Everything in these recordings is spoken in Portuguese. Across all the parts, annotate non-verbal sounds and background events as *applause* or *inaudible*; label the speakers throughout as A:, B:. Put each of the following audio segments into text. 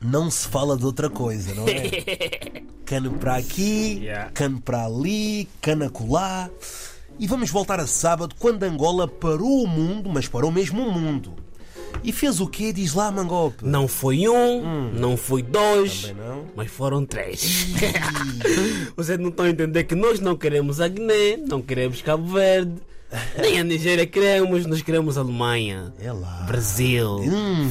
A: não se fala de outra coisa, não
B: *laughs*
A: é? cano para aqui,
B: Yeah.
A: cano para ali, cano acolá. E vamos voltar a sábado, quando Angola parou o mundo, mas parou mesmo o mundo. E fez o quê? Diz lá, Mangope.
B: Não foi um, não foi dois,
A: Hum. Também não.
B: mas foram três. *laughs* Vocês não estão a entender que nós não queremos a Guiné, não queremos Cabo Verde, nem a Nigéria queremos, nós queremos a Alemanha,
A: É lá. Hum.
B: Brasil,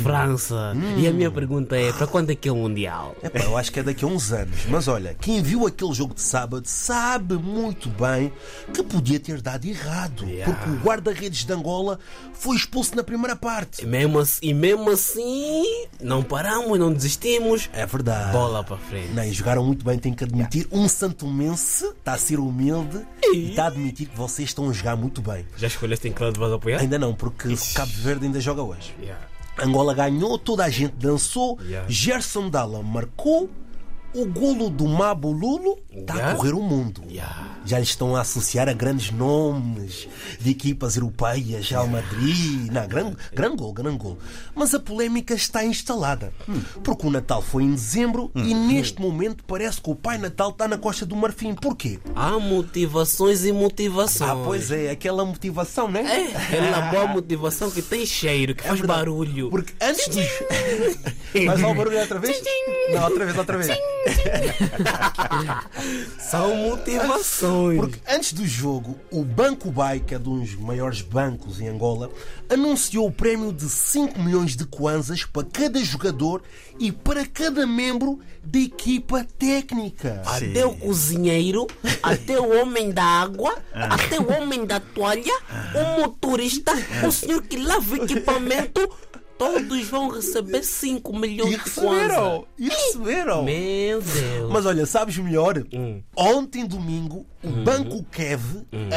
B: França. E a minha pergunta é: para quando é que é o Mundial?
A: Epá, eu acho que é daqui a uns anos. Mas olha, quem viu aquele jogo de sábado sabe muito bem que podia ter dado errado.
B: Yeah.
A: Porque o guarda-redes de Angola foi expulso na primeira parte.
B: E mesmo, assim, e mesmo assim, não paramos, não desistimos.
A: É verdade.
B: Bola para frente.
A: Não, e jogaram muito bem, tenho que admitir. Um santomense está a ser humilde e
B: Ei.
A: está a admitir que vocês estão a jogar muito bem.
B: Já escolheste em que lado vais apoiar?
A: Ainda não, porque Cabo Verde ainda joga hoje.
B: Yeah.
A: Angola ganhou, toda a gente dançou.
B: Yeah.
A: Gerson Dala marcou. O golo do Mabo Lulo está a
B: Yeah.
A: correr o mundo.
B: Yeah.
A: Já lhe estão a associar a grandes nomes de equipas europeias, Real Madrid. Não, grande, grande gol, grande gol. Mas a polémica está instalada. Porque o Natal foi em dezembro e neste momento parece que o Pai Natal está na Costa do Marfim. Porquê?
B: Há motivações e motivações.
A: Ah, pois é, aquela motivação, né?
B: É, aquela boa motivação que tem cheiro, que
A: É,
B: faz barulho.
A: Porque antes dos. *laughs* Mas só o barulho outra vez? Não, outra vez, outra vez.
B: São motivações.
A: Porque antes do jogo, o Banco Bai, que é de um dos maiores bancos em Angola, anunciou o prémio de 5 milhões de kwanzas para cada jogador e para cada membro da equipa técnica.
B: Até o cozinheiro, até o homem da água,
A: Ah.
B: até o homem da toalha, o motorista,
A: Ah.
B: o senhor que lava o equipamento, todos vão receber 5
A: E
B: milhões de kwanza.
A: receberam! E receberam!
B: Meu Deus.
A: Mas olha, sabes melhor?
B: Hum.
A: Ontem, domingo, o
B: Uhum.
A: Banco Kev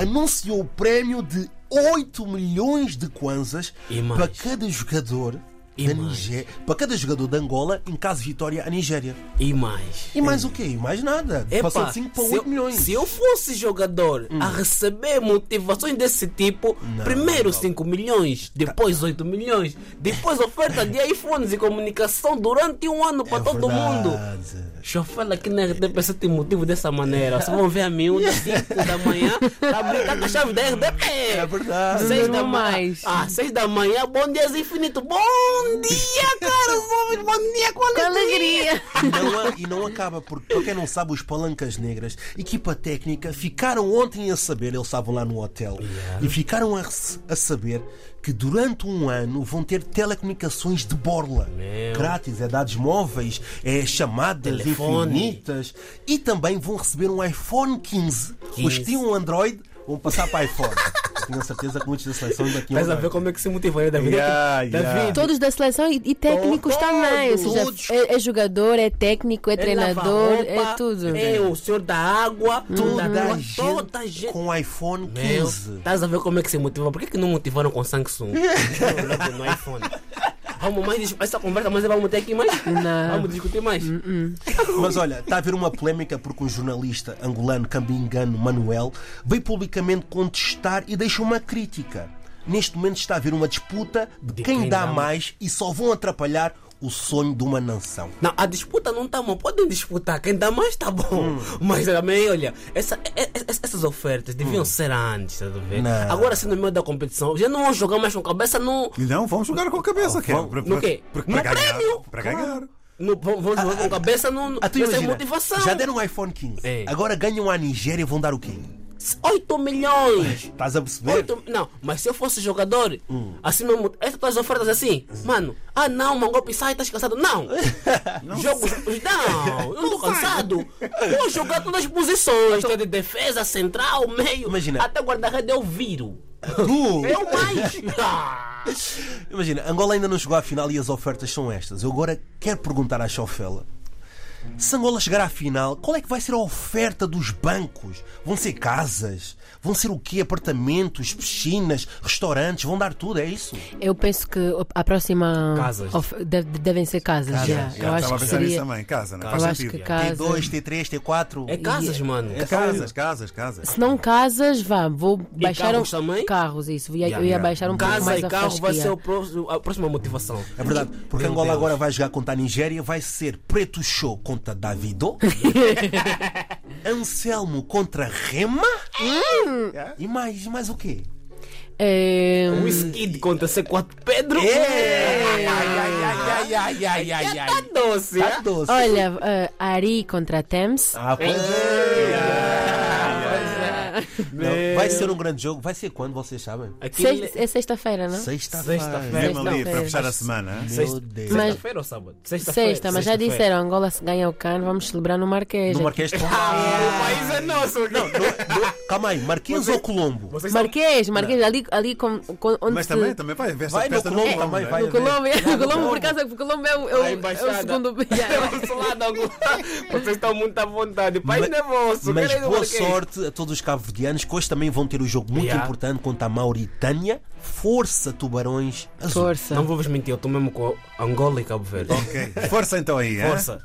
A: anunciou o prémio de 8 milhões de kwanzas
B: E mais?
A: para cada jogador
B: E
A: da
B: mais?
A: Nigéria, para cada jogador de Angola, em caso de vitória, a Nigéria.
B: E mais.
A: E mais o quê? E mais nada. Passou de 5 para
B: se
A: 8
B: eu,
A: milhões. Hum.
B: Se eu fosse jogador a receber motivações desse tipo, primeiro 5 milhões, depois 8 milhões, depois oferta de iPhones e comunicação durante um ano para
A: É
B: todo mundo.
A: verdade.
B: Chofer aqui na RDPC tem motivo dessa maneira. Só vão ver
A: *laughs*
B: a miúda 5 da manhã, tá brincando com a chave da RDP.
A: É verdade.
B: Seis
C: Não
B: da manhã.
C: mais.
B: Ah, 6 da manhã, bom dia infinito. Bom dia, caros homens, bom dia com
C: Com
B: alegria.
C: alegria!
A: E não, a- e não acaba, porque para quem não sabe, os Palancas Negras, equipa técnica, ficaram ontem a saber, eles estavam lá no hotel, e ficaram a, rece- a saber que durante um ano vão ter telecomunicações de borla. Grátis, é dados móveis, é chamadas
B: Telefone.
A: infinitas. E também vão receber um iPhone 15. Os
B: 15.
A: que tinham um Android vão passar para iPhone. *laughs* Tenho certeza que muitos da seleção ainda tinham.
B: Estás a ver
A: Android.
B: como é que se motiva aí, David?
D: Yeah, yeah.
C: *laughs* Todos da seleção e, e técnicos
B: Todos,
C: também. Ou seja,
A: todos.
C: é, é jogador, é técnico, é,
B: É
C: treinador,
B: lavar roupa,
C: é tudo. Uhum.
B: É o senhor da água,
A: Toda,
B: da
A: a
B: água,
A: gente
B: toda a gente.
A: com iPhone
B: Meu,
A: 15.
B: Estás a ver como é que se motiva? Por que, que não motivaram
A: *laughs*
B: com Samsung? Logo no iPhone. Vamos mais, dis- essa conversa, mas vamos ter aqui mais?
C: Não. Hum,
B: Vamos discutir mais?
A: Mas olha, está a haver uma polémica porque um jornalista angolano cambingano Manuel veio publicamente contestar e deixou uma crítica. Neste momento está a haver uma disputa de, quem,
B: quem
A: dá
B: dá
A: mais e só vão atrapalhar o sonho de uma nação.
B: Não, a disputa não está mal. Podem disputar, quem dá mais está bom.
A: Hum.
B: Mas também, olha, essa- é- é- essas ofertas deviam ser antes, estás a ver?
A: Hum. Não.
B: Agora, se no meio da competição, já não vão jogar mais com cabeça, não.
D: E não, vamos jogar com a cabeça, que é
A: vamos.
D: pra-
B: No
D: pra-
B: quê?
D: pra-
B: No
D: pra ganhar.
B: prêmio.
D: Pra
B: Claro.
D: ganhar.
B: não vão vão jogar com cabeça, não.
A: Ah, tu
B: não tem
A: imagina,
B: é motivação.
A: já deram um iPhone 15,
B: É.
A: agora ganham a Nigéria e vão dar o quê?
B: 8 milhões!
A: Estás a perceber?
B: Oito, não, mas se eu fosse jogador, assim mesmo, essas tuas ofertas assim, mano, ah não, Mangope, sai, estás cansado. *laughs* Não! Jogos, não, eu *laughs* não tô cansado. Vou jogar todas as posições, de defesa, central, meio,
A: Imagina.
B: até guarda-rede eu viro.
A: Tu!
B: Eu *laughs* mais! Ah.
A: Imagina, Angola ainda não chegou à final e as ofertas são estas. Eu agora quero perguntar à Chaufela Se Angola chegar à final, qual é que vai ser a oferta dos bancos? Vão ser casas? Vão ser o quê? Apartamentos, piscinas, restaurantes? Vão dar tudo, é isso?
C: Eu penso que a próxima.
B: Casas.
C: of- de- de- devem ser casas.
A: Casas. Já,
C: já. Eu acho
D: Estava a
C: que
D: pensar nisso
C: seria.
D: também, casa, né?
C: Eu
D: Faz
C: acho que
D: sentido.
C: casas.
A: T2, T3, T4.
B: É casas, mano.
D: É casas, casas, casas.
C: Se não casas, vá, vou baixar
B: carros
C: um-
B: também?
C: Carros, isso. Ia-
B: Yeah,
C: eu ia
D: yeah.
C: baixar um pouco
B: Casa
C: mais
B: e
C: a
B: carro vai
C: fasquia.
B: ser o próximo- a próxima motivação.
A: É verdade, porque
B: Meu
A: Angola
B: Deus.
A: agora vai jogar contra a Nigéria, vai ser Preto Show contra
B: *laughs*
A: Davido, Anselmo contra Rema
B: Hum.
A: e mais, mais o quê?
C: É,
B: O Um Skid contra C4 Pedro.
A: Ei, ai, ai, ai, ai, ai, ai, ai,
B: Já
A: ai.
B: É. tá doce,
A: Tá
B: é?
A: doce.
C: Olha, eh, Ari contra Thames.
A: Ah, pois é.
B: ah. é.
A: Não, Vai ser um grande jogo. Vai ser quando, vocês sabem?
B: Aquele-
C: Sex- É sexta-feira, não?
A: Sexta-feira.
B: Sexta-feira.
D: Mesmo ali,
C: Sexta-feira.
D: para fechar a semana. hein?
A: Meu
B: Sexta-
A: Deus.
B: Sexta-feira ou sábado? Sexta-feira.
C: Sexta, mas já
B: Sexta-feira.
C: disseram, Angola se ganha o CAN, vamos celebrar no Marquês.
A: No Marquês de
B: Ah, é.
A: Pombal.
B: o país é nosso. Não,
A: No- Calma aí, Marquinhos ou Colombo?
B: Vocês sabem-
C: Marquês, Marquês, ali, ali com, com, onde
D: Mas
C: se-
D: também, também vai haver essa
A: Vai no
D: festa
A: Colombo,
D: Colombo,
A: também
D: né?
A: vai.
C: No Colômbia, no Colômbio, por
B: Colômbia.
C: acaso, o Colômbio é o, é o-
B: A
C: é
B: embaixada.
C: o segundo. *laughs*
B: *laughs* É o nosso lado, Angola. *laughs* Vocês estão muito à vontade. O país não é vosso.
A: Mas
B: querem do
A: boa
B: Marquês.
A: sorte a todos os cabo-verdianos que hoje também vão ter um jogo muito
B: Yeah.
A: importante contra a Mauritânia. Força, Tubarões Azul.
B: *laughs*
C: Força.
B: Não vou vos mentir, eu estou mesmo com Angola e Cabo Verde.
D: Ok. Força então aí, hein?
B: Força.